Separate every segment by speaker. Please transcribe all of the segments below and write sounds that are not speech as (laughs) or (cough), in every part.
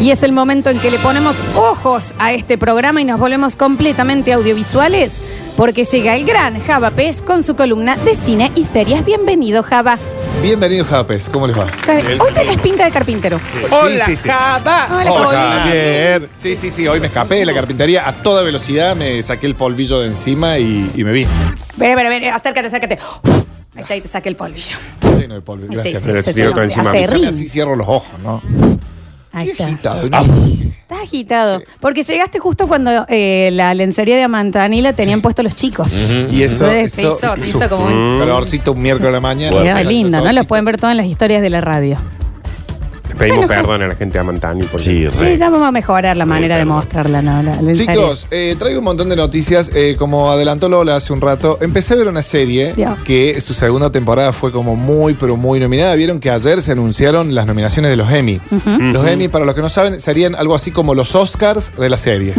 Speaker 1: Y es el momento en que le ponemos ojos a este programa y nos volvemos completamente audiovisuales, porque llega el gran Java Pez con su columna de cine y series. Bienvenido, Java.
Speaker 2: Bienvenido, Japes. ¿Cómo les va?
Speaker 1: Hoy tenés pinta de carpintero.
Speaker 2: Hola, sí, sí.
Speaker 1: Hola,
Speaker 2: Hola,
Speaker 1: Paulina.
Speaker 2: bien. Sí, sí, sí. Hoy me escapé de la carpintería a toda velocidad. Me saqué el polvillo de encima y, y me vi.
Speaker 1: Ven, ven, ven, acércate, acércate. Ahí está, ahí te saqué el polvillo.
Speaker 2: Está lleno de polvillo. Gracias.
Speaker 1: Sí, sí,
Speaker 2: Fer.
Speaker 1: sí,
Speaker 3: tiro todo
Speaker 1: sí,
Speaker 3: encima.
Speaker 2: Avísame,
Speaker 1: acerrín.
Speaker 2: Así cierro los ojos, ¿no?
Speaker 1: Ahí
Speaker 2: Qué
Speaker 1: está.
Speaker 2: agitado, ¿no?
Speaker 1: Estás agitado. Porque llegaste justo cuando eh, la lencería de Amantanila tenían puesto los chicos.
Speaker 2: Y eso,
Speaker 1: Entonces te
Speaker 2: eso
Speaker 1: hizo- te hizo
Speaker 2: su-
Speaker 1: como un-
Speaker 2: un calorcito un miércoles a la mañana.
Speaker 1: Quedaba
Speaker 2: Exacto,
Speaker 1: lindo, ¿no? Los
Speaker 2: solcito.
Speaker 1: pueden ver todas las historias de la radio.
Speaker 3: Le pedimos
Speaker 1: Bueno,
Speaker 3: perdón a la gente de Amantani. Porque
Speaker 4: Sí,
Speaker 1: Sí, ya vamos a mejorar la manera de mostrarla, ¿no? La lencería.
Speaker 2: Chicos, eh, traigo un montón de noticias. Eh, como adelantó Lola hace un rato, empecé a ver una serie
Speaker 1: Bien.
Speaker 2: que su segunda temporada fue como muy, pero muy nominada. Vieron que ayer se anunciaron las nominaciones de los Emmy. Los Emmy, para los que no saben, serían algo así como los Oscars de las series.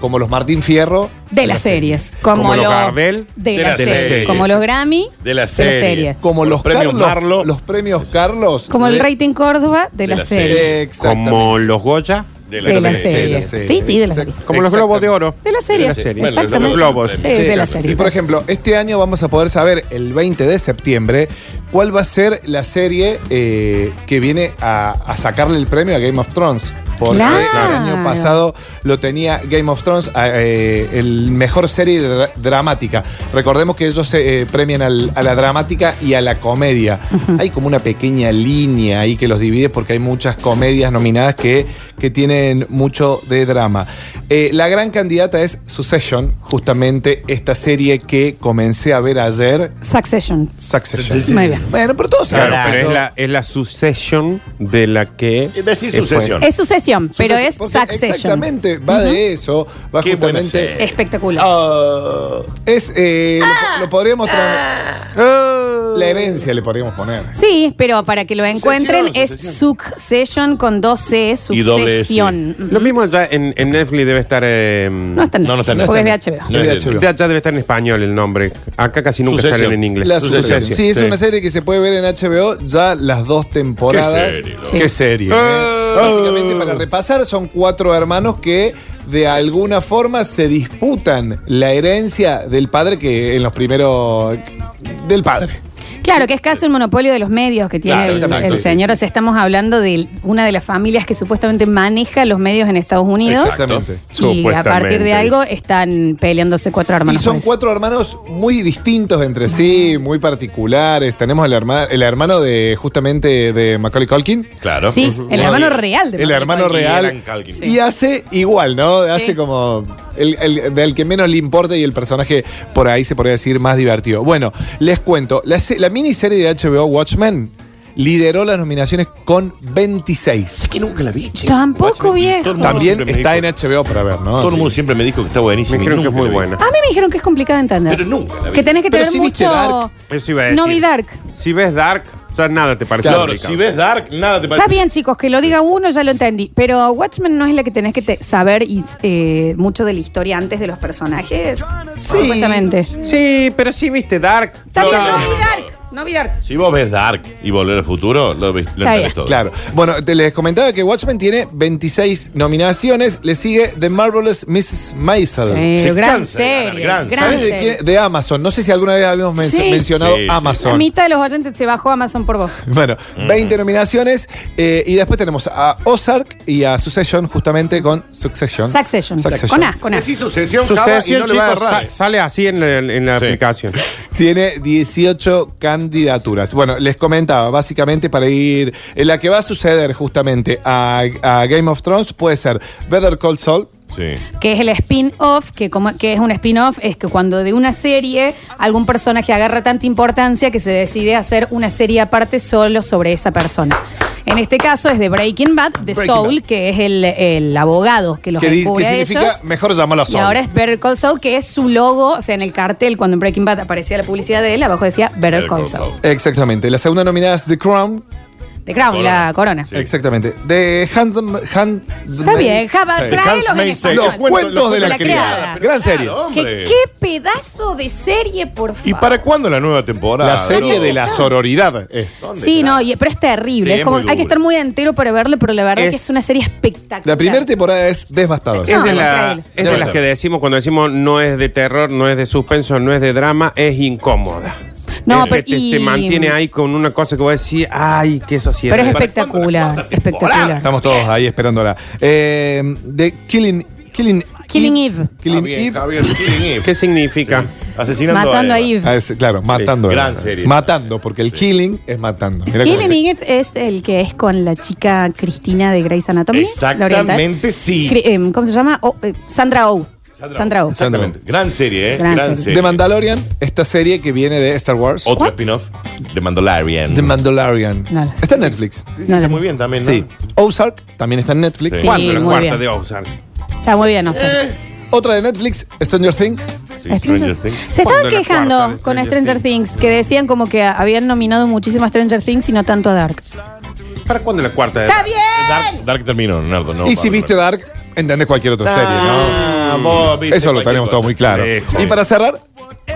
Speaker 2: Como los Martín Fierro.
Speaker 1: De las series. Como,
Speaker 3: Como los
Speaker 1: los
Speaker 3: Gardel.
Speaker 1: De,
Speaker 4: De
Speaker 1: las
Speaker 4: las
Speaker 1: series.
Speaker 4: series.
Speaker 1: Como los Grammy.
Speaker 4: De la
Speaker 1: serie.
Speaker 4: serie.
Speaker 2: Como los,
Speaker 4: premios
Speaker 2: Carlos,
Speaker 4: Marlo.
Speaker 2: Los premios Carlos.
Speaker 1: Como el
Speaker 2: de-
Speaker 1: rating Córdoba de,
Speaker 4: de
Speaker 1: las
Speaker 4: la
Speaker 1: series.
Speaker 4: serie.
Speaker 2: Eh, Exactamente.
Speaker 3: Como los Goya.
Speaker 1: De
Speaker 4: de
Speaker 1: la
Speaker 4: la serie.
Speaker 1: serie.
Speaker 2: serie.
Speaker 1: Sí, sí, de la serie.
Speaker 2: Exacto.
Speaker 3: Como los globos de oro.
Speaker 1: De la serie.
Speaker 3: De la serie.
Speaker 4: Bueno,
Speaker 1: Exactamente.
Speaker 4: los globos.
Speaker 1: Sí,
Speaker 4: Sí,
Speaker 1: Eh, de la
Speaker 4: claro.
Speaker 1: serie.
Speaker 2: Y por ejemplo, este año vamos a poder saber el 20 de septiembre cuál va a ser la serie eh, que viene a, a sacarle el premio a Game of Thrones. Porque
Speaker 1: Claro.
Speaker 2: el año pasado lo tenía Game of Thrones, a, eh, el mejor serie dra- dramática. Recordemos que ellos se eh, premian al- a la dramática y a la comedia. Hay como una pequeña línea ahí que los divide porque hay muchas comedias nominadas que, que tienen mucho de drama. Eh, la gran candidata es Succession, justamente esta serie que comencé a ver ayer,
Speaker 1: Succession.
Speaker 2: Succession.
Speaker 1: Muy bien.
Speaker 2: Bueno, pero todos
Speaker 3: Claro,
Speaker 2: saben.
Speaker 3: pero es la, es la succession de la que.
Speaker 4: Es decir,
Speaker 3: Eh, fue-
Speaker 4: sucesión.
Speaker 1: Es sucesión, pero es
Speaker 2: Porque
Speaker 1: Succession.
Speaker 2: Exactamente, va de eso, va
Speaker 4: Qué buena
Speaker 2: justamente
Speaker 4: serie.
Speaker 1: Espectacular.
Speaker 2: Ah, es. eh, lo, po- lo podríamos traer.
Speaker 3: Ah.
Speaker 2: la herencia le podríamos poner.
Speaker 1: Sí, pero para que lo encuentren es
Speaker 4: Succession.
Speaker 1: Succession con dos C,
Speaker 4: Y doble S.
Speaker 1: Succession. Ujú.
Speaker 3: Lo mismo ya en, en Netflix debe estar. eh,
Speaker 1: No está en
Speaker 4: No, no está en
Speaker 1: porque es
Speaker 4: Netflix.
Speaker 1: de HBO.
Speaker 4: No es
Speaker 2: De
Speaker 4: de-
Speaker 2: HBO.
Speaker 3: Ya, ya debe estar en español el nombre. Acá casi nunca
Speaker 4: Sucesión.
Speaker 3: salen en inglés.
Speaker 2: La sucesión.
Speaker 4: Sucesión.
Speaker 2: Sí, es una serie que se puede ver en HBO ya las dos temporadas.
Speaker 4: Qué serie, Ah. loco.
Speaker 1: Sí.
Speaker 2: Qué serie, ¿eh?
Speaker 3: Ah,
Speaker 2: Básicamente, para repasar, son cuatro hermanos que de alguna forma se disputan la herencia del padre que en los primeros. del padre.
Speaker 1: Claro, que es casi un monopolio de los medios que tiene
Speaker 2: Claro,
Speaker 1: el,
Speaker 2: exacto,
Speaker 1: el
Speaker 2: sí,
Speaker 1: señor. O sea, estamos hablando de una de las familias que supuestamente maneja los medios en Estados Unidos.
Speaker 4: Exacto.
Speaker 1: Y a
Speaker 3: Supuestamente.
Speaker 1: partir de algo están peleándose cuatro
Speaker 2: Y
Speaker 1: hermanos.
Speaker 2: son
Speaker 1: más.
Speaker 2: cuatro hermanos muy distintos entre sí, muy particulares. Tenemos el, herma- el hermano de justamente de Macaulay Culkin.
Speaker 4: Claro.
Speaker 1: Sí, el hermano real. de
Speaker 2: El
Speaker 1: Macaulay
Speaker 2: hermano
Speaker 4: Culkin y
Speaker 2: real.
Speaker 4: Alan Culkin.
Speaker 2: Y hace igual, ¿no? Hace
Speaker 1: Sí.
Speaker 2: como el, el- del que menos le importa y el personaje por ahí se podría decir más divertido. Bueno, les cuento. La, se- la miniserie de HBO Watchmen lideró las nominaciones con 26.
Speaker 4: que nunca la vi,
Speaker 1: Culkin.
Speaker 4: che.
Speaker 1: Tampoco viejo.
Speaker 4: Todo el mundo
Speaker 2: También
Speaker 4: siempre me
Speaker 2: está en
Speaker 4: dijo-
Speaker 2: HBO para ver, ¿no?
Speaker 4: Todo el
Speaker 2: Ah, Sí.
Speaker 4: mundo siempre me dijo que está
Speaker 3: Me
Speaker 4: buenísima. y
Speaker 3: dijeron que es
Speaker 4: nunca
Speaker 3: muy
Speaker 4: la vi.
Speaker 3: buena.
Speaker 1: A mí me dijeron que es complicada de entender.
Speaker 4: Pero nunca la vi.
Speaker 1: que tenés que
Speaker 2: Pero
Speaker 1: tener
Speaker 2: si viste
Speaker 1: mucho.
Speaker 2: Dark.
Speaker 3: Eso iba a
Speaker 1: No
Speaker 3: decir.
Speaker 1: vi Dark.
Speaker 3: Si ves Dark, ya nada te parece.
Speaker 4: Claro,
Speaker 3: complicado.
Speaker 4: si ves Dark, nada te parece.
Speaker 1: Está bien, chicos, que lo diga uno, ya lo entendí. Pero Watchmen no es la que tenés que te- saber y, eh, mucho de la historia antes de los personajes. Supuestamente.
Speaker 3: Sí, pero sí viste Dark.
Speaker 1: Está
Speaker 4: No,
Speaker 1: bien,
Speaker 4: no,
Speaker 1: no vi
Speaker 4: no.
Speaker 1: Dark. No vi Dark.
Speaker 4: Si vos ves Dark y Volver al Futuro, lo, ves,
Speaker 1: Está
Speaker 4: lo entendés
Speaker 1: bien.
Speaker 4: todo.
Speaker 2: Claro. Bueno, te les comentaba que Watchmen tiene 26 nominaciones. Le sigue The Marvelous Mrs. Maisel.
Speaker 1: Sí,
Speaker 4: Se
Speaker 1: gran
Speaker 4: cansa de ganar,
Speaker 1: serie.
Speaker 4: gran
Speaker 1: gran
Speaker 2: ¿Sabes de,
Speaker 1: serie.
Speaker 2: quién? de Amazon? No sé si alguna vez habíamos men-
Speaker 1: Sí.
Speaker 2: mencionado
Speaker 4: Sí, Mm. sí.
Speaker 1: La
Speaker 2: Amazon.
Speaker 1: mitad de los oyentes se bajó Amazon por vos.
Speaker 2: Bueno, 20 nominaciones. eh, y después tenemos a Ozark y a Succession, justamente con Succession.
Speaker 1: Succession. Con A, con A.
Speaker 4: Decís sucesión, Java, y
Speaker 3: Sucesión,
Speaker 4: no le va a
Speaker 3: chicos,
Speaker 4: errar.
Speaker 3: sa- sale así en, el- en la
Speaker 4: Sí.
Speaker 3: aplicación.
Speaker 2: Tiene 18 candidaturas. Bueno, les comentaba, básicamente para ir. eh, la que va a suceder justamente a, a Game of Thrones puede ser Better Call Saul,
Speaker 4: Sí.
Speaker 1: que es el spin-off, que, como- que es un spin-off, es que cuando de una serie algún personaje agarra tanta importancia que se decide hacer una serie aparte solo sobre esa persona. En este caso es de Breaking Bad, de
Speaker 2: Breaking
Speaker 1: Soul,
Speaker 2: Bad.
Speaker 1: que es el, el abogado que los
Speaker 2: Que, di-
Speaker 1: descubre
Speaker 2: que
Speaker 1: a
Speaker 2: significa
Speaker 1: ellos.
Speaker 2: mejor llamarlo a
Speaker 1: Y
Speaker 2: Sol.
Speaker 1: ahora es Better Call Saul, que es su logo, o sea, en el cartel, cuando en Breaking Bad aparecía la publicidad de él, abajo decía Better Call Saul.
Speaker 2: Exactamente. La segunda nominada es The Crown.
Speaker 1: The Crown,
Speaker 4: Corona.
Speaker 1: la corona.
Speaker 4: Sí.
Speaker 2: Exactamente. De Hand. Hand
Speaker 1: Está bien, Java,
Speaker 2: Sí.
Speaker 1: tráelos en
Speaker 4: Handmaid's Tale.
Speaker 1: español.
Speaker 2: Los cuentos de la, criada.
Speaker 1: criada.
Speaker 2: Gran serie.
Speaker 4: Claro.
Speaker 1: ¿Qué,
Speaker 4: Hombre.
Speaker 1: qué pedazo de serie, por favor.
Speaker 4: ¿Y para cuándo la nueva temporada?
Speaker 2: La serie
Speaker 4: loco?
Speaker 2: de la sororidad es.
Speaker 4: ¿Dónde
Speaker 1: Sí,
Speaker 4: está?
Speaker 1: no, y- pero es terrible.
Speaker 4: Sí,
Speaker 1: es
Speaker 4: es
Speaker 1: como,
Speaker 4: muy
Speaker 1: hay que
Speaker 4: dura.
Speaker 1: estar muy entero para verlo, pero la verdad es, que
Speaker 2: Es-
Speaker 1: es una serie espectacular.
Speaker 2: La primera temporada es devastadora.
Speaker 3: Es
Speaker 1: No,
Speaker 3: de,
Speaker 1: no,
Speaker 3: la-
Speaker 1: increíble.
Speaker 3: es
Speaker 4: Ya
Speaker 3: de
Speaker 4: está.
Speaker 3: las que decimos cuando decimos no es de terror, no es de suspenso, no es de drama, es incómoda.
Speaker 1: No,
Speaker 3: Es que
Speaker 1: pero-
Speaker 3: te,
Speaker 1: y-
Speaker 3: te mantiene ahí con una cosa que voy a decir, ay, qué sociedad.
Speaker 1: Pero es
Speaker 3: Para-
Speaker 1: espectacular, espectacular.
Speaker 2: Estamos todos ahí esperándola. Eh, de Killing. Killing,
Speaker 1: Killing Eve.
Speaker 4: Está
Speaker 2: Killing
Speaker 4: bien,
Speaker 2: Eve.
Speaker 4: está bien, Killing Eve.
Speaker 3: ¿Qué significa?
Speaker 4: Asesinando
Speaker 1: Matando a
Speaker 4: Eva.
Speaker 1: Eve.
Speaker 2: Ah, es- claro, matando.
Speaker 4: gran serie.
Speaker 2: Matando, porque el killing es matando. Mirá cómo
Speaker 1: Killing
Speaker 2: se-
Speaker 1: Eve es el que es con la chica Cristina de Grey's Anatomy. la oriental.
Speaker 4: Exactamente, sí.
Speaker 1: Cri- em, ¿Cómo se llama? Oh, eh, Sandra Oh. Sandra Oh.
Speaker 4: Exactamente. Gran serie, ¿eh?
Speaker 1: Gran
Speaker 4: Gran,
Speaker 1: serie.
Speaker 4: serie.
Speaker 2: The Mandalorian, esta serie que viene de Star Wars.
Speaker 4: Otro
Speaker 1: ¿Cuál?
Speaker 4: spin-off. The Mandalorian.
Speaker 2: The Mandalorian.
Speaker 1: No, no.
Speaker 2: Está en Netflix.
Speaker 4: Está muy bien también, ¿no?
Speaker 2: Sí. Ozark también está en Netflix.
Speaker 1: Sí,
Speaker 3: ¿Cuándo la
Speaker 1: muy
Speaker 3: cuarta
Speaker 1: bien.
Speaker 3: de Ozark?
Speaker 1: Está muy bien, no sé.
Speaker 2: Otra de Netflix, Stranger Things.
Speaker 4: Sí, Stranger Things.
Speaker 1: Se estaban
Speaker 3: ¿Cuándo la cuarta
Speaker 1: quejando
Speaker 3: de
Speaker 1: con
Speaker 3: Stranger
Speaker 1: Stranger Things, que decían como que habían nominado muchísimo a Stranger Things y no tanto a Dark.
Speaker 3: ¿Para cuándo la cuarta de
Speaker 1: ¡Está bien!
Speaker 4: Dark, Dark terminó, Leonardo. No,
Speaker 2: y si viste Dark, entendés cualquier otra serie,
Speaker 4: Ah, vos
Speaker 2: ¿no?
Speaker 4: viste
Speaker 2: Eso lo
Speaker 4: cualquier
Speaker 2: tenemos todo
Speaker 4: cosa.
Speaker 2: muy claro.
Speaker 3: Lejos.
Speaker 2: Y para cerrar,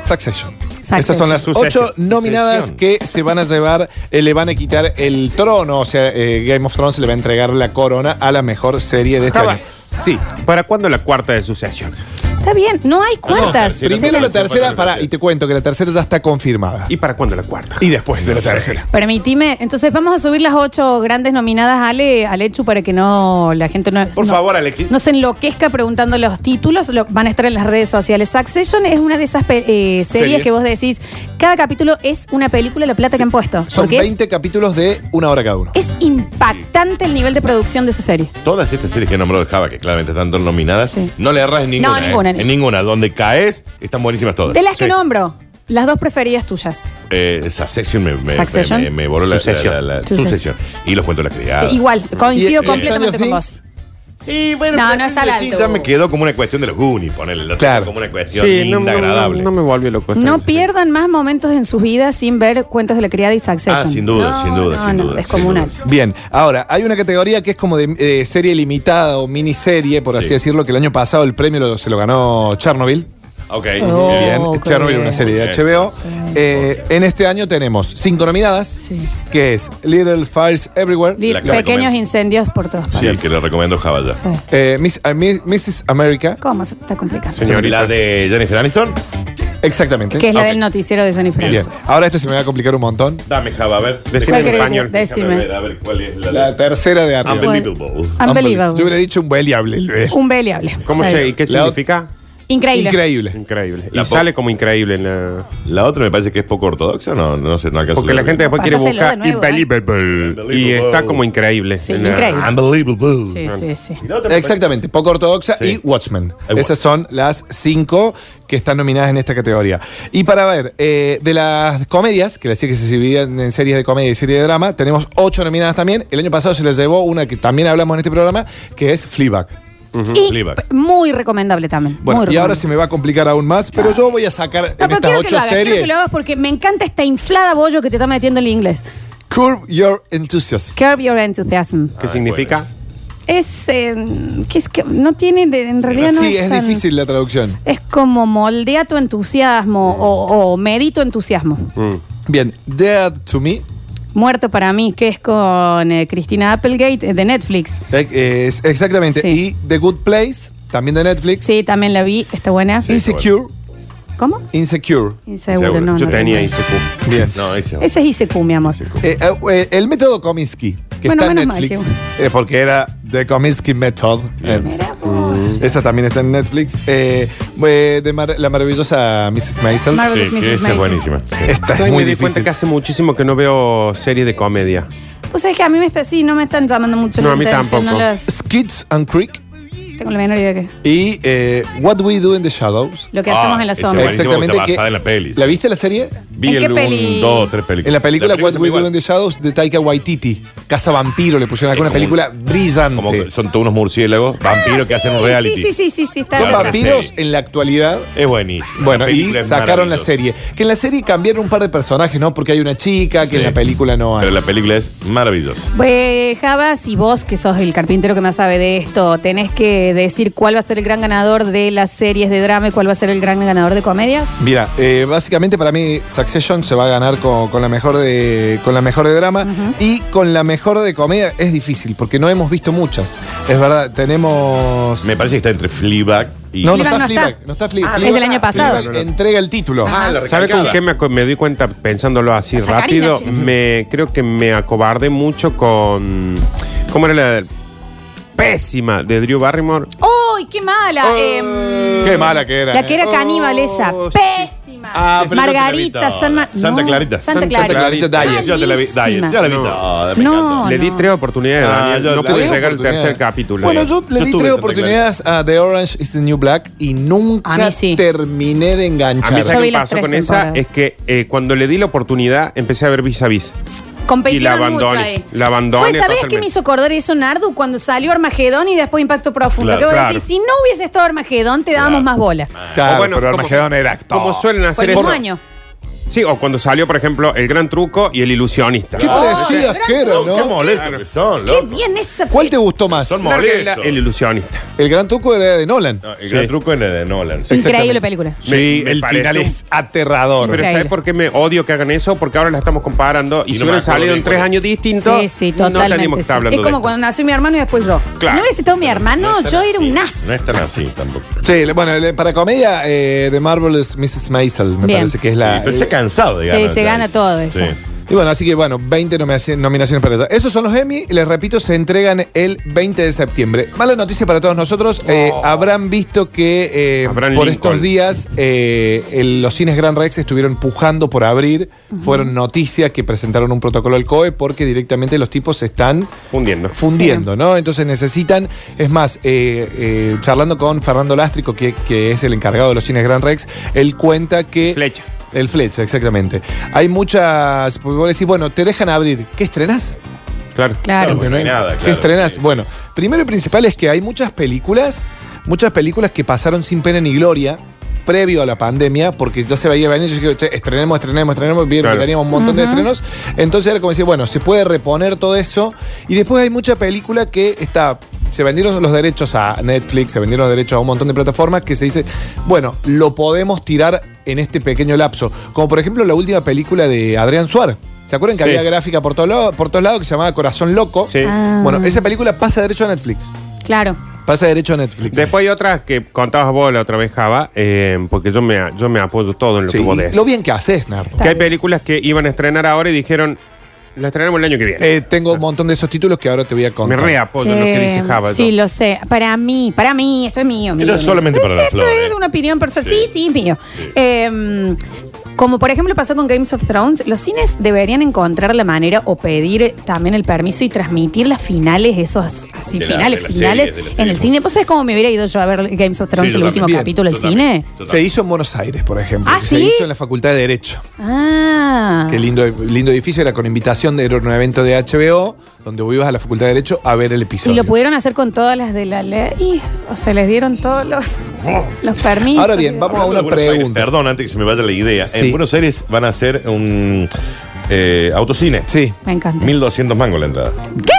Speaker 2: Succession. Esas son las
Speaker 3: Succession.
Speaker 2: ocho nominadas que se van a llevar, eh, le van a quitar el trono, o sea, eh, Game of Thrones le va a entregar la corona a la mejor serie de este
Speaker 3: Java.
Speaker 2: año. Sí,
Speaker 3: ¿Para cuándo la cuarta de sucesión?
Speaker 1: Está bien, no
Speaker 4: Ah,
Speaker 1: hay cuartas.
Speaker 4: Sí,
Speaker 2: primero la
Speaker 4: sí,
Speaker 2: tercera,
Speaker 4: sí,
Speaker 2: para,
Speaker 4: sí.
Speaker 2: y te cuento que la tercera ya está confirmada.
Speaker 3: ¿Y para cuándo la cuarta?
Speaker 2: Y después de la tercera.
Speaker 1: Permitime, entonces vamos a subir las ocho grandes nominadas Ale, al hecho para que no la gente no,
Speaker 4: Por
Speaker 1: no-
Speaker 4: favor, Alexis.
Speaker 1: no se enloquezca preguntando los títulos, lo- van a estar en las redes sociales. Succession es una de esas pe- eh, series,
Speaker 2: Series.
Speaker 1: que vos decís, cada capítulo es una película, la plata que han puesto.
Speaker 2: Son
Speaker 1: porque es-
Speaker 2: 20 capítulos de una hora cada uno.
Speaker 1: es, impactante el nivel de producción de esa serie.
Speaker 4: Todas estas series que nombró Java, que claramente están todas nominadas,
Speaker 1: Sí.
Speaker 4: no le erras en ninguna.
Speaker 1: No,
Speaker 4: ¿eh?
Speaker 1: ninguna,
Speaker 4: En ninguna. Donde caes, están buenísimas todas.
Speaker 1: De las que
Speaker 4: Sí.
Speaker 1: nombro, las dos preferidas tuyas.
Speaker 4: Eh, Succession me, me,
Speaker 1: Succession.
Speaker 4: me- me voló la,
Speaker 3: Succession.
Speaker 4: la- la- la-
Speaker 1: Succession.
Speaker 4: Succession. Y los cuentos de la criada.
Speaker 1: Igual, coincido
Speaker 2: Y, eh,
Speaker 1: completamente
Speaker 2: Stranger
Speaker 1: con
Speaker 2: Things,
Speaker 1: vos.
Speaker 4: Sí, bueno,
Speaker 1: No,
Speaker 4: pero
Speaker 1: no está al
Speaker 4: sí,
Speaker 1: alto.
Speaker 4: Ya me quedó como una cuestión de los Goonies, ponele.
Speaker 2: Claro.
Speaker 4: Lo claro. Como una cuestión linda, agradable.
Speaker 3: No, me volvió loco.
Speaker 1: No pierdan más momentos en sus vidas sin ver cuentos de la criada y Succession.
Speaker 4: Ah, sin duda,
Speaker 1: No,
Speaker 4: sin duda,
Speaker 1: no,
Speaker 4: sin
Speaker 1: no,
Speaker 4: duda.
Speaker 1: Es como una.
Speaker 2: Bien, ahora, hay una categoría que es como de eh, serie limitada o miniserie, por así
Speaker 4: Sí.
Speaker 2: decirlo, que el año pasado el premio lo- se lo ganó Chernobyl.
Speaker 4: Ok.
Speaker 1: Oh.
Speaker 4: Bien.
Speaker 1: qué
Speaker 2: Bien, Chernobyl,
Speaker 1: bien.
Speaker 2: una serie de HBO. Eh, en este año tenemos cinco nominadas,
Speaker 1: Sí.
Speaker 2: que es Little Fires Everywhere,
Speaker 1: Li-
Speaker 4: La que
Speaker 1: Pequeños
Speaker 4: recomiendo.
Speaker 1: incendios por todas
Speaker 4: Sí,
Speaker 1: partes.
Speaker 4: el que le recomiendo Java ya.
Speaker 1: Sí.
Speaker 2: eh, Miss- a mi- Mrs. America,
Speaker 1: ¿Cómo se está complicando?
Speaker 4: Y la de Jennifer Aniston.
Speaker 2: exactamente.
Speaker 1: Que es la
Speaker 4: Ok.
Speaker 1: del noticiero de Jennifer
Speaker 2: Bien,
Speaker 1: Aniston.
Speaker 2: ahora esta se me va a complicar un montón.
Speaker 4: Dame Java, a ver.
Speaker 3: Decime en
Speaker 1: ¿Cuál
Speaker 3: español.
Speaker 1: querés que-
Speaker 4: Déjame
Speaker 1: Decime.
Speaker 4: ver, a ver cuál es la,
Speaker 2: La
Speaker 4: de... Ah,
Speaker 2: tercera de arriba.
Speaker 4: Unbelievable.
Speaker 1: Unbelievable.
Speaker 2: Yo hubiera dicho un beliable.
Speaker 1: Un beliable.
Speaker 3: ¿Cómo
Speaker 1: Está
Speaker 3: se, ¿Y
Speaker 1: bien.
Speaker 3: qué
Speaker 2: La ot-
Speaker 3: significa?
Speaker 1: Increíble.
Speaker 2: Increíble.
Speaker 3: Increíble.
Speaker 4: La
Speaker 3: y
Speaker 4: po-
Speaker 3: sale como increíble en la...
Speaker 4: La otra me parece que es poco ortodoxa, no, no sé, no alcanzo.
Speaker 3: Porque la gente después quiere
Speaker 1: Pásaselo de
Speaker 3: buscar
Speaker 1: nuevo, ¿eh?
Speaker 3: Unbelievable. Y está como increíble.
Speaker 1: Sí,
Speaker 3: en la-
Speaker 1: increíble.
Speaker 4: Unbelievable.
Speaker 1: Sí, sí, sí.
Speaker 4: Y la otra me
Speaker 2: Exactamente, poco ortodoxa
Speaker 4: Sí.
Speaker 2: y Watchmen.
Speaker 4: Ay,
Speaker 2: Esas son las cinco que están nominadas en esta categoría. Y para ver, eh, de las comedias, que decía que se dividían en series de comedia y series de drama, tenemos ocho nominadas también. El año pasado se les llevó una que también hablamos en este programa, que es Fleabag.
Speaker 1: Y
Speaker 4: Fleabag.
Speaker 1: p- muy recomendable también.
Speaker 2: Bueno,
Speaker 1: muy
Speaker 2: y ahora
Speaker 1: recomendable.
Speaker 2: se me va a complicar aún más, pero yo voy a sacar
Speaker 1: No,
Speaker 2: en
Speaker 1: pero
Speaker 2: estas
Speaker 1: quiero que, lo
Speaker 2: ocho
Speaker 1: hagas, quiero
Speaker 2: series
Speaker 1: que lo hagas porque me encanta esta inflada bollo que te está metiendo el inglés.
Speaker 2: Curb Your Enthusiasm.
Speaker 1: Curb your enthusiasm.
Speaker 3: ¿Qué Ah, significa?
Speaker 1: Es, eh, que es que no tiene, de- en realidad no
Speaker 2: sí, es
Speaker 1: tan-
Speaker 2: difícil la traducción.
Speaker 1: Es como moldea tu entusiasmo o, o medí tu entusiasmo.
Speaker 3: Mm.
Speaker 2: Bien, Dead to Me
Speaker 1: Muerto para mí, que es con eh, Cristina Applegate eh, de Netflix.
Speaker 2: eh, es- exactamente.
Speaker 1: Sí.
Speaker 2: Y The Good Place, también de Netflix.
Speaker 1: Sí, también la vi, está buena.
Speaker 2: Insecure.
Speaker 1: ¿Cómo?
Speaker 2: Insecure.
Speaker 1: Inseguro,
Speaker 4: Seguro.
Speaker 1: no.
Speaker 3: Yo
Speaker 1: no
Speaker 3: tenía
Speaker 1: tengo.
Speaker 3: ICQ.
Speaker 2: Bien.
Speaker 4: No, ese
Speaker 1: Ese es ICQ, mi amor.
Speaker 2: Eh, eh, eh, el método Kominsky, que
Speaker 1: Bueno,
Speaker 2: está en
Speaker 1: menos mal
Speaker 2: Netflix, eh, porque era The Kominsky Method. Eh,
Speaker 1: Mira vos.
Speaker 2: esa también está en Netflix. Eh, eh, de mar- la maravillosa Mrs. Maisel.
Speaker 1: Mar-
Speaker 4: Sí, que esa es buenísima.
Speaker 2: Esta
Speaker 3: Ay,
Speaker 2: es muy
Speaker 3: me di cuenta
Speaker 2: difícil.
Speaker 3: que hace muchísimo que no veo series de comedia.
Speaker 1: Pues es que a mí me está, sí, no me están llamando mucho
Speaker 3: No,
Speaker 1: la
Speaker 3: a mí
Speaker 1: atención.
Speaker 3: tampoco.
Speaker 1: las-
Speaker 2: Skids and Creek.
Speaker 1: Tengo la menor idea de qué.
Speaker 2: Y eh, What We Do in the Shadows.
Speaker 1: Lo que hacemos en la
Speaker 4: ese
Speaker 1: sombra.
Speaker 4: buenísimo, está basada en la peli.
Speaker 2: ¿La viste la serie?
Speaker 4: Vi
Speaker 1: ¿En
Speaker 4: el
Speaker 1: qué
Speaker 4: un-
Speaker 1: peli?
Speaker 4: dos, tres películas.
Speaker 2: En la película, What
Speaker 4: se
Speaker 2: We
Speaker 4: llama
Speaker 2: Do in
Speaker 4: igual.
Speaker 2: the Shadows de Taika Waititi. Casa Vampiro le pusieron acá
Speaker 4: Es
Speaker 2: una
Speaker 4: como
Speaker 2: película
Speaker 4: un-
Speaker 2: brillante.
Speaker 4: Como que son todos unos murciélagos, vampiros que hacen un reality.
Speaker 1: Ah, Sí, sí, sí, sí, sí, está
Speaker 2: son
Speaker 4: Claro, una
Speaker 2: vampiros
Speaker 4: serie.
Speaker 2: en la actualidad.
Speaker 4: Es buenísimo.
Speaker 2: Bueno,
Speaker 4: La
Speaker 2: y
Speaker 4: película es
Speaker 2: sacaron la
Speaker 4: maravillosa.
Speaker 2: serie. Que en la serie cambiaron un par de personajes, ¿no? Porque hay una chica que en
Speaker 4: Sí.
Speaker 2: la película no hay.
Speaker 4: Pero la película es maravillosa.
Speaker 1: Pues, Javas y vos, que sos el carpintero que más sabe de esto, tenés que decir cuál va a ser el gran ganador de las series de drama y cuál va a ser el gran ganador de comedias.
Speaker 2: Mira, eh, básicamente para mí Succession se va a ganar con, con la mejor de con la mejor de drama y con la mejor de comedia es difícil porque no hemos visto muchas. Es verdad, tenemos
Speaker 4: Me parece que está entre Fleabag y.
Speaker 2: no, no
Speaker 1: Fleabag no
Speaker 2: está
Speaker 1: está.
Speaker 2: Fleabag, no está Fleabag.
Speaker 4: Ah,
Speaker 1: es del año
Speaker 2: Fleabag
Speaker 1: pasado.
Speaker 2: entrega el título.
Speaker 1: Ah, la
Speaker 3: ¿Sabe con qué me, aco- me di cuenta pensándolo así
Speaker 1: La sacarina,
Speaker 3: rápido?
Speaker 1: che.
Speaker 3: Me, creo que me acobardé mucho con. ¿Cómo era la pésima de Drew Barrymore?
Speaker 1: ¡Uy, qué mala! Em,
Speaker 2: Qué mala que era.
Speaker 1: la que
Speaker 2: eh.
Speaker 1: era caníbal ella.
Speaker 3: Oh, sí.
Speaker 1: Pésima.
Speaker 4: Ah, pero
Speaker 1: Margarita,
Speaker 4: yo te la vi
Speaker 1: San Ma-
Speaker 4: toda. Santa Clarita.
Speaker 1: Santa
Speaker 3: Santa
Speaker 1: Clarita.
Speaker 2: Clarita Diet.
Speaker 4: Yo te la vi.
Speaker 1: Malísima.
Speaker 4: Dyer, ya la vi
Speaker 3: No.
Speaker 4: toda, me
Speaker 1: No.
Speaker 4: encanta.
Speaker 3: Le di
Speaker 1: Oh, no.
Speaker 3: tres oportunidades,
Speaker 4: Ah,
Speaker 3: Daniel.
Speaker 4: yo-
Speaker 3: no
Speaker 4: la-
Speaker 3: pude
Speaker 2: Tres
Speaker 3: llegar al
Speaker 2: oportunidades.
Speaker 3: tercer capítulo.
Speaker 2: Bueno, yo le
Speaker 4: eh. Yo
Speaker 2: di
Speaker 4: tuve
Speaker 2: tres
Speaker 4: Santa
Speaker 2: oportunidades a The Orange is the New Black y
Speaker 1: A
Speaker 2: nunca
Speaker 1: mí sí.
Speaker 2: terminé de
Speaker 3: A
Speaker 2: enganchar.
Speaker 3: mí,
Speaker 1: Yo
Speaker 3: ¿sabes
Speaker 1: vi
Speaker 3: qué
Speaker 1: las
Speaker 3: pasó
Speaker 1: tres
Speaker 3: con esa?
Speaker 1: temporadas.
Speaker 3: Es que eh, cuando le di la oportunidad, empecé a ver vis a vis.
Speaker 1: Competir
Speaker 3: Y la abandoné, la abandoné
Speaker 1: Fue, ¿sabés qué
Speaker 3: totalmente.
Speaker 1: me hizo acordar eso, Nardu? Cuando salió Armagedón y después Impacto Profundo.
Speaker 4: Claro,
Speaker 1: que vos
Speaker 3: claro.
Speaker 1: decís, si no hubiese estado Armagedón, te dábamos
Speaker 4: Claro.
Speaker 1: más bola.
Speaker 2: Claro,
Speaker 3: O bueno,
Speaker 2: pero
Speaker 3: como-
Speaker 2: Armagedón era actor.
Speaker 3: Como suelen
Speaker 1: Fue
Speaker 3: hacer
Speaker 1: el mismo
Speaker 3: eso.
Speaker 1: año.
Speaker 3: Sí, o cuando salió, por ejemplo, El Gran Truco y El Ilusionista.
Speaker 2: ¿Qué
Speaker 1: Oh,
Speaker 2: parecías
Speaker 1: gran
Speaker 2: que era,
Speaker 1: truco,
Speaker 4: Qué
Speaker 2: no?
Speaker 4: molestos que son,
Speaker 1: Qué
Speaker 4: loco.
Speaker 1: bien esa
Speaker 2: ¿Cuál te gustó más?
Speaker 4: Son
Speaker 3: Claro que era
Speaker 4: molestos.
Speaker 3: El Ilusionista.
Speaker 2: El gran truco era de Nolan.
Speaker 4: No, el
Speaker 3: Sí.
Speaker 4: gran truco era de Nolan.
Speaker 1: Sí. Increíble
Speaker 2: Exactamente.
Speaker 1: película.
Speaker 2: Sí,
Speaker 3: Me- me
Speaker 2: el
Speaker 3: parece
Speaker 2: final
Speaker 3: un-
Speaker 2: es aterrador.
Speaker 3: Pero
Speaker 1: Increíble.
Speaker 3: ¿sabes por qué me odio que hagan eso? Porque ahora la estamos comparando y,
Speaker 4: Y no
Speaker 3: si
Speaker 4: me
Speaker 3: hubieran
Speaker 4: acuerdo
Speaker 3: salido
Speaker 4: de
Speaker 3: en tres
Speaker 4: cuál.
Speaker 3: años distintos,
Speaker 1: Sí, sí,
Speaker 3: no
Speaker 1: totalmente.
Speaker 3: estaríamos que estar
Speaker 1: sí.
Speaker 3: hablando
Speaker 1: Es como
Speaker 3: de esto.
Speaker 1: cuando nació mi hermano y después yo.
Speaker 3: Claro.
Speaker 1: No hubiese estado mi hermano,
Speaker 4: es tan
Speaker 1: yo era
Speaker 4: así.
Speaker 1: un as.
Speaker 4: No es tan así tampoco.
Speaker 2: Sí, le- bueno, le- para comedia, eh, The Marvelous Mrs. Maisel, me
Speaker 1: Bien.
Speaker 2: parece que es la. eh,
Speaker 4: Sí, pero se ha cansado de
Speaker 1: Sí,
Speaker 4: ganar.
Speaker 1: se gana todo eso.
Speaker 2: y bueno, así que bueno, 20 nominaci- nominaciones para eso. Esos son los Emmy, les repito, se entregan el 20 de septiembre. Mala noticia para todos nosotros. eh,
Speaker 3: Oh.
Speaker 2: habrán visto que eh,
Speaker 3: Abraham
Speaker 2: por
Speaker 3: Lincoln.
Speaker 2: estos días eh, el- los cines Gran Rex estuvieron pujando por abrir. Fueron noticias que presentaron un protocolo al COE porque directamente los tipos están
Speaker 3: Fundiendo.
Speaker 2: fundiendo, ¿no? Entonces necesitan, es más, eh, eh, charlando con Fernando Lástrico, que, que es el encargado de los cines Gran Rex, él cuenta que...
Speaker 3: Flecha.
Speaker 2: El flecha, exactamente. Hay muchas... porque Vos decís, bueno, te dejan abrir. ¿Qué estrenás?
Speaker 3: Claro.
Speaker 1: Claro.
Speaker 4: Claro. No hay nada,
Speaker 2: ¿Qué
Speaker 4: claro,
Speaker 2: estrenás?
Speaker 4: sí.
Speaker 2: Bueno, primero y principal es que hay muchas películas, muchas películas que pasaron sin pena ni gloria previo a la pandemia, porque ya se veía venir, yo dije, "Che, estrenemos, estrenemos, estrenemos, vieron
Speaker 3: Claro.
Speaker 2: que teníamos un montón de estrenos, entonces era como decir, bueno, se puede reponer todo eso, y después hay mucha película que está, se vendieron los derechos a Netflix, se vendieron los derechos a un montón de plataformas que se dice, bueno, lo podemos tirar en este pequeño lapso, como por ejemplo la última película de Adrián Suárez. ¿Se acuerdan que
Speaker 3: Sí.
Speaker 2: había gráfica por, todos lados- por todos lados que se llamaba Corazón Loco?
Speaker 3: Sí.
Speaker 1: Ah.
Speaker 2: Bueno, esa película pasa derecho a Netflix.
Speaker 1: Claro.
Speaker 2: Pasa derecho a Netflix.
Speaker 3: Después hay otras que contabas vos la otra vez, Java, eh, porque yo me, yo me apoyo todo en lo
Speaker 2: Sí,
Speaker 3: que vos
Speaker 2: y
Speaker 3: decís.
Speaker 2: lo bien que haces, Nardo.
Speaker 3: Que hay películas que iban a estrenar ahora y dijeron, la estrenaremos el año que viene.
Speaker 2: Eh, tengo un montón de esos títulos que ahora te voy a
Speaker 3: me
Speaker 2: contar.
Speaker 3: reapoyo en lo que dice Java.
Speaker 1: Sí,
Speaker 3: yo.
Speaker 1: lo sé. Para mí, para mí, esto es mío. mío,
Speaker 4: Esto es
Speaker 1: mío.
Speaker 4: solamente para la
Speaker 1: Esto
Speaker 4: flor,
Speaker 1: es
Speaker 4: eh.
Speaker 1: una opinión personal. Sí,
Speaker 4: Sí.
Speaker 1: sí, es mío. Eh, como por ejemplo pasó con Games of Thrones, los cines deberían encontrar la manera o pedir también el permiso y transmitir las finales, esos así
Speaker 4: De la-
Speaker 1: finales,
Speaker 4: de las
Speaker 1: finales
Speaker 4: series, de las
Speaker 1: en el
Speaker 4: series.
Speaker 1: cine. ¿Vos sabés cómo me hubiera ido yo a ver Games of Thrones
Speaker 4: Sí, yo
Speaker 1: el último
Speaker 2: también.
Speaker 1: capítulo del cine?
Speaker 2: Se hizo en Buenos Aires, por ejemplo.
Speaker 1: ¿Ah,
Speaker 2: que Se
Speaker 1: sí?
Speaker 2: hizo en la Facultad de Derecho.
Speaker 1: Ah.
Speaker 2: Qué lindo, lindo edificio, era con invitación, era un evento de HBO, donde vos ibas a la Facultad de Derecho a ver el episodio.
Speaker 1: Y lo pudieron hacer con todas las de la ley. O sea, les dieron todos los, los permisos.
Speaker 2: Ahora bien, vamos a una pregunta.
Speaker 4: Perdón, antes que se me vaya la idea.
Speaker 2: Sí.
Speaker 4: En Buenos Aires van a hacer un eh, autocine.
Speaker 2: Sí.
Speaker 1: Me encanta.
Speaker 4: 1200 mangos la entrada.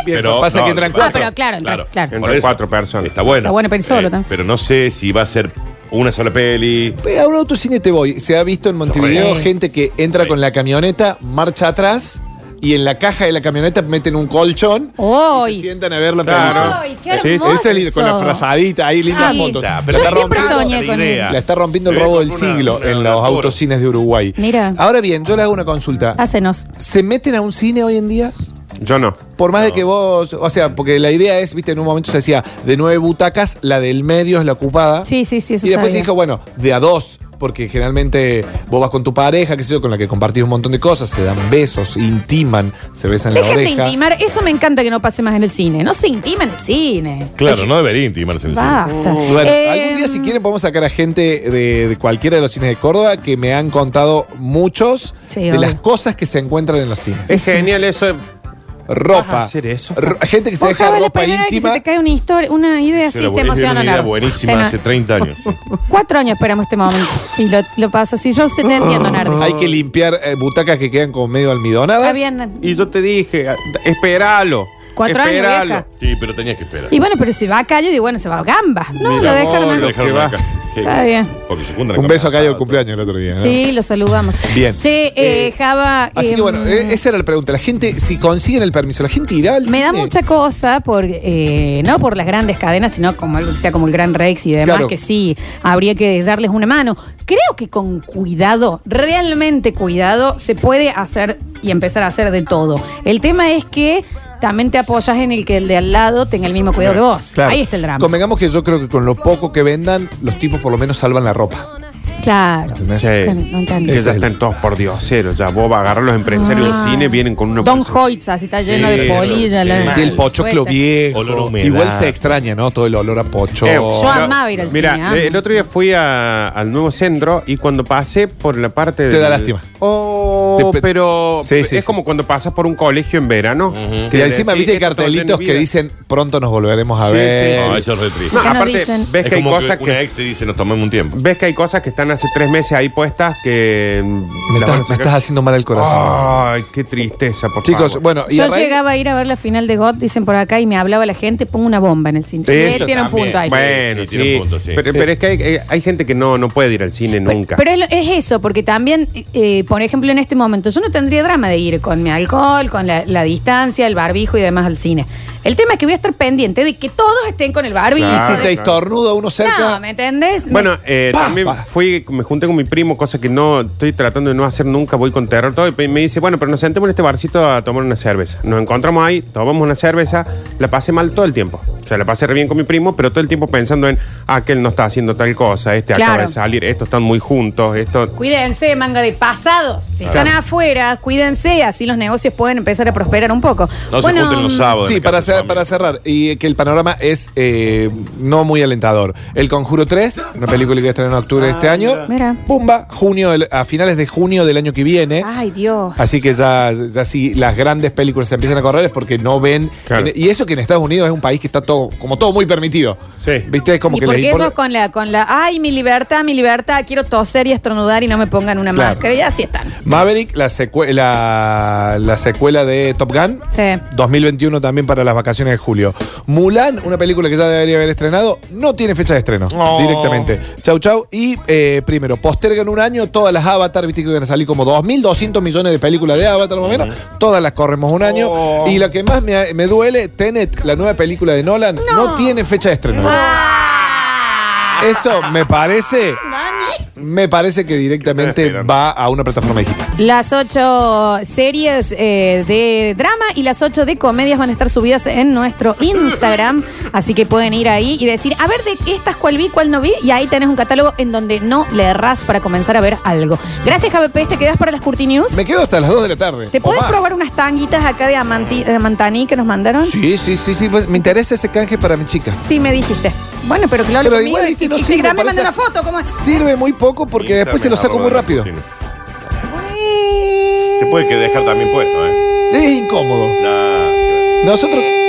Speaker 2: Bien, pasa que entran
Speaker 1: Ah,
Speaker 2: cuatro.
Speaker 1: pero claro, claro. claro.
Speaker 3: Entran
Speaker 4: Por eso.
Speaker 3: cuatro personas.
Speaker 4: Está bueno. Eh,
Speaker 1: Está bueno, pero ir solo, ¿no?
Speaker 4: Pero no sé si va a ser una sola peli.
Speaker 2: Ve, A un autocine te voy. Se ha visto en Montevideo gente que entra con la camioneta, marcha atrás y en la caja de la camioneta meten un colchón y
Speaker 1: Hoy.
Speaker 2: se sientan a ver la película.
Speaker 3: Claro.
Speaker 1: Ay, qué
Speaker 3: Sí,
Speaker 1: hermoso.
Speaker 3: sí,
Speaker 2: Ese li- con la frazadita ahí, linda
Speaker 1: Sí.
Speaker 2: foto. La
Speaker 1: Pero
Speaker 2: está,
Speaker 1: Yo siempre
Speaker 2: rompiendo,
Speaker 1: soñé con él.
Speaker 2: la está rompiendo el
Speaker 4: Se ve
Speaker 2: robo del
Speaker 4: como una-
Speaker 2: siglo
Speaker 4: una-
Speaker 2: en
Speaker 4: una
Speaker 2: los
Speaker 4: torre.
Speaker 2: autocines de Uruguay.
Speaker 1: Mira.
Speaker 2: Ahora bien, yo le hago una consulta.
Speaker 1: Hácenos.
Speaker 2: ¿Se meten a un cine hoy en día?
Speaker 3: Yo no.
Speaker 2: Por más de que vos, o sea, porque la idea es, viste, en un momento se decía, de nueve butacas, la del medio es la ocupada.
Speaker 1: Sí, sí, sí, eso
Speaker 2: Y después se
Speaker 1: sabía.
Speaker 2: dijo, bueno, de a dos. porque generalmente vos vas con tu pareja, qué sé yo, con la que compartís un montón de cosas, se dan besos, intiman, se besan la
Speaker 1: Déjate
Speaker 2: oreja.
Speaker 1: intimar. Eso me encanta que no pase más en el cine. No se intima en el cine.
Speaker 4: Claro, no debería intimarse en el cine.
Speaker 1: Basta.
Speaker 2: Uh, Bueno,
Speaker 1: Eh,
Speaker 2: algún día si quieren podemos sacar a gente de, de cualquiera de los cines de Córdoba que me han contado muchos
Speaker 1: Sí,
Speaker 2: de
Speaker 1: obvio. Eh,
Speaker 2: las cosas que se encuentran en los cines.
Speaker 3: Es genial eso.
Speaker 2: ropa.
Speaker 3: ¿Vas a hacer eso?
Speaker 2: Ro- gente que se
Speaker 1: Ojalá
Speaker 2: deja
Speaker 1: la
Speaker 2: ropa
Speaker 1: primera vez que
Speaker 2: íntima.
Speaker 1: se te cae una historia, una idea
Speaker 4: Era
Speaker 1: así,
Speaker 4: bu-
Speaker 1: se
Speaker 4: era
Speaker 1: emociona.
Speaker 4: una idea
Speaker 1: Nardo.
Speaker 4: buenísima
Speaker 1: Se no-
Speaker 4: hace
Speaker 1: (laughs)
Speaker 4: 30 años.
Speaker 1: Cuatro años esperamos este momento. Y lo, lo paso así. Yo se te entiendo, Nardi.
Speaker 2: Hay que limpiar eh, butacas que quedan como medio almidonadas.
Speaker 1: Está bien, Nardi.
Speaker 3: Y yo te dije, a- espéralo.
Speaker 1: Cuatro años,
Speaker 3: espéralo.
Speaker 1: vieja.
Speaker 4: Sí, pero tenías que esperar.
Speaker 1: Y bueno, pero si va a calle, digo, bueno, se va a gamba. No,
Speaker 3: Mira
Speaker 1: lo
Speaker 3: vos,
Speaker 1: dejaron
Speaker 3: lo
Speaker 1: acá.
Speaker 3: que va.
Speaker 4: acá. Que-
Speaker 1: Está bien.
Speaker 4: Porque se juntan
Speaker 2: Un beso a Cayo de
Speaker 4: Cayo
Speaker 2: cumpleaños el otro día. ¿no?
Speaker 1: Sí, lo saludamos.
Speaker 2: Bien.
Speaker 1: Che, eh, Java.
Speaker 2: Así
Speaker 1: eh,
Speaker 2: que bueno, eh, esa era la pregunta. La gente, si consiguen el permiso, la gente irá al
Speaker 1: Me da
Speaker 2: cine?
Speaker 1: mucha cosa, por, eh, no por las grandes cadenas, sino como algo que sea como el Gran Rex y demás,
Speaker 2: Claro.
Speaker 1: que sí, habría que darles una mano. Creo que con cuidado, realmente cuidado, se puede hacer y empezar a hacer de todo. El tema es que también te apoyas en el que el de al lado tenga el mismo cuidado que vos.
Speaker 2: Claro.
Speaker 1: Ahí está el drama.
Speaker 2: Convengamos que yo creo que con lo poco que vendan, los tipos por lo menos salvan la ropa.
Speaker 1: Claro.
Speaker 2: ¿Entendés?
Speaker 3: Sí.
Speaker 1: No entiendo.
Speaker 3: Que
Speaker 2: Ese
Speaker 3: ya
Speaker 2: es el-
Speaker 3: están todos por dioseros. Ya vos vas a agarrar a los empresarios
Speaker 1: Ah.
Speaker 3: del cine, vienen con una.
Speaker 1: Don
Speaker 3: bolsa-
Speaker 1: Hoyts, así está lleno
Speaker 4: Sí,
Speaker 1: de polilla.
Speaker 4: sí.
Speaker 1: la-
Speaker 2: Sí, el pochoclo
Speaker 1: suelta.
Speaker 2: viejo.
Speaker 4: Olor a humedad.
Speaker 2: Igual se extraña, ¿no? Todo el olor a pocho.
Speaker 3: Eh,
Speaker 1: Yo amaba ir al
Speaker 3: mira,
Speaker 1: cine,
Speaker 3: eh,
Speaker 1: amo.
Speaker 3: el otro día fui a- al nuevo centro y cuando pasé por la parte de.
Speaker 2: Te da lástima.
Speaker 3: Oh,
Speaker 2: Te pe-
Speaker 3: pero
Speaker 2: Sí, sí,
Speaker 3: es
Speaker 2: sí.
Speaker 3: como cuando pasas por un colegio en verano.
Speaker 2: y encima viste cartelitos que
Speaker 3: dicen
Speaker 2: dicen pronto nos volveremos a
Speaker 3: Sí,
Speaker 2: ver.
Speaker 3: sí,
Speaker 4: No, eso es re triste.
Speaker 3: No,
Speaker 1: ¿Qué nos
Speaker 3: aparte,
Speaker 1: dicen?
Speaker 3: ves
Speaker 4: es
Speaker 3: que hay
Speaker 4: como
Speaker 3: cosas
Speaker 4: una
Speaker 3: que.
Speaker 4: ex te dice, nos tomamos un tiempo.
Speaker 3: Ves que hay cosas que están hace tres meses ahí puestas que. mm, las
Speaker 2: Me, estás,
Speaker 3: van a
Speaker 2: me
Speaker 3: sacar.
Speaker 2: estás haciendo mal el corazón.
Speaker 3: Ay, qué tristeza, Ah, por
Speaker 2: Chicos,
Speaker 3: favor.
Speaker 2: bueno, y a
Speaker 1: Yo
Speaker 2: raíz-
Speaker 1: llegaba a ir a ver la final de God, dicen por acá, y me hablaba la gente, pongo una bomba en el cine.
Speaker 2: Eso
Speaker 1: Eh, tiene un
Speaker 4: también.
Speaker 1: punto ahí.
Speaker 3: Bueno,
Speaker 4: Sí, sí, tiene
Speaker 3: sí.
Speaker 4: un punto, sí.
Speaker 3: Pero, pero es que hay, hay- hay gente que no, no puede ir al cine
Speaker 1: Pe-
Speaker 3: nunca.
Speaker 1: Pero es, lo- es eso, porque también, eh, por ejemplo, en este momento, yo no tendría drama de ir con mi alcohol, con la, la distancia, el barbijo y demás al cine. El tema es que voy a estar pendiente de que todos estén con el barbijo.
Speaker 2: Y
Speaker 3: Claro.
Speaker 2: si te estornuda uno cerca.
Speaker 1: No, ¿me entendés?
Speaker 3: bueno, eh,
Speaker 2: Pa,
Speaker 3: también
Speaker 2: pa.
Speaker 3: fui, me junté con mi primo, cosa que no estoy tratando de no hacer nunca, voy con terror todo, y pe- me dice, bueno, pero nos sentemos en este barcito a tomar una cerveza. Nos encontramos ahí, tomamos una cerveza, la pasé mal todo el tiempo. O sea, la pasé re bien con mi primo, pero todo el tiempo pensando en, ah, aquel no está haciendo tal cosa, este acaba
Speaker 1: Claro.
Speaker 3: de salir, estos están muy juntos, esto...
Speaker 1: Cuídense, manga de pasados. Si están afuera, cuídense, así los negocios pueden empezar a prosperar un poco.
Speaker 4: No
Speaker 1: Bueno, mm,
Speaker 4: se junten los sábados.
Speaker 2: Sí,
Speaker 4: en la
Speaker 2: para,
Speaker 4: casa
Speaker 2: cer-
Speaker 4: de
Speaker 2: para cerrar, y que el panorama es eh, no muy alentador. El Conjuro 3, una película que estrena en octubre de este
Speaker 3: Ah,
Speaker 2: año.
Speaker 1: Mira.
Speaker 2: Pumba, junio, del- a finales de junio del año que viene.
Speaker 1: Ay, Dios.
Speaker 2: Así que ya, ya si las grandes películas se empiezan a correr es porque no ven.
Speaker 3: Claro.
Speaker 2: Y eso que en Estados Unidos es un país que está todo, como todo muy permitido.
Speaker 3: Sí.
Speaker 2: ¿Viste? Es como
Speaker 1: y
Speaker 2: que
Speaker 1: porque
Speaker 2: les importa-
Speaker 1: ellos con la, con la, ay, mi libertad, mi libertad, quiero toser y estornudar y no me pongan una
Speaker 2: Claro.
Speaker 1: máscara. Y así están.
Speaker 2: Maverick, la, secue- la, la secuela de Top Gun.
Speaker 1: Sí.
Speaker 2: 2021 también para las vacaciones de julio. Mulan, una película que ya debería haber estrenado, no tiene fecha de estreno
Speaker 3: Oh.
Speaker 2: directamente. Chau, chau. Y eh, primero, postergan un año todas las Avatar, viste que van a salir como 2.200 millones de películas de Avatar más o menos. Todas las corremos un año.
Speaker 3: Oh.
Speaker 2: Y lo que más me, me duele, Tenet, la nueva película de Nolan, no, tiene fecha de estreno.
Speaker 1: Ah.
Speaker 2: Eso me parece, me parece que directamente
Speaker 4: Esperan.
Speaker 2: va a una plataforma digital.
Speaker 1: Las ocho series eh, de drama y las ocho de comedias van a estar subidas en nuestro Instagram. Así que pueden ir ahí y decir, a ver de estas cuál vi, cuál no vi. Y ahí tenés un catálogo en donde no le errás para comenzar a ver algo. Gracias, JVP. ¿Te quedas para las Curti News?
Speaker 2: Me quedo hasta las 2 de la tarde.
Speaker 1: ¿Te
Speaker 2: o
Speaker 1: puedes
Speaker 2: más.
Speaker 1: probar unas tanguitas acá de, Amanti- de Mantaní que nos mandaron?
Speaker 2: Sí, sí, sí, sí. pues, me interesa ese canje para mi chica.
Speaker 1: Sí, me dijiste. Bueno, pero que lo hable
Speaker 2: Pero
Speaker 1: conmigo
Speaker 2: igual,
Speaker 1: y,
Speaker 2: viste,
Speaker 1: y-
Speaker 2: no
Speaker 1: y
Speaker 2: sirve.
Speaker 1: grame,
Speaker 2: parece-
Speaker 1: manda una foto. ¿cómo es?
Speaker 2: Sirve muy poco porque
Speaker 4: Instagram,
Speaker 2: después se lo saco
Speaker 4: arroba
Speaker 2: muy
Speaker 4: de la
Speaker 2: rápido.
Speaker 4: cocina. Se puede que dejar también puesto, ¿eh?
Speaker 2: Es incómodo.
Speaker 4: La-
Speaker 2: Nosotros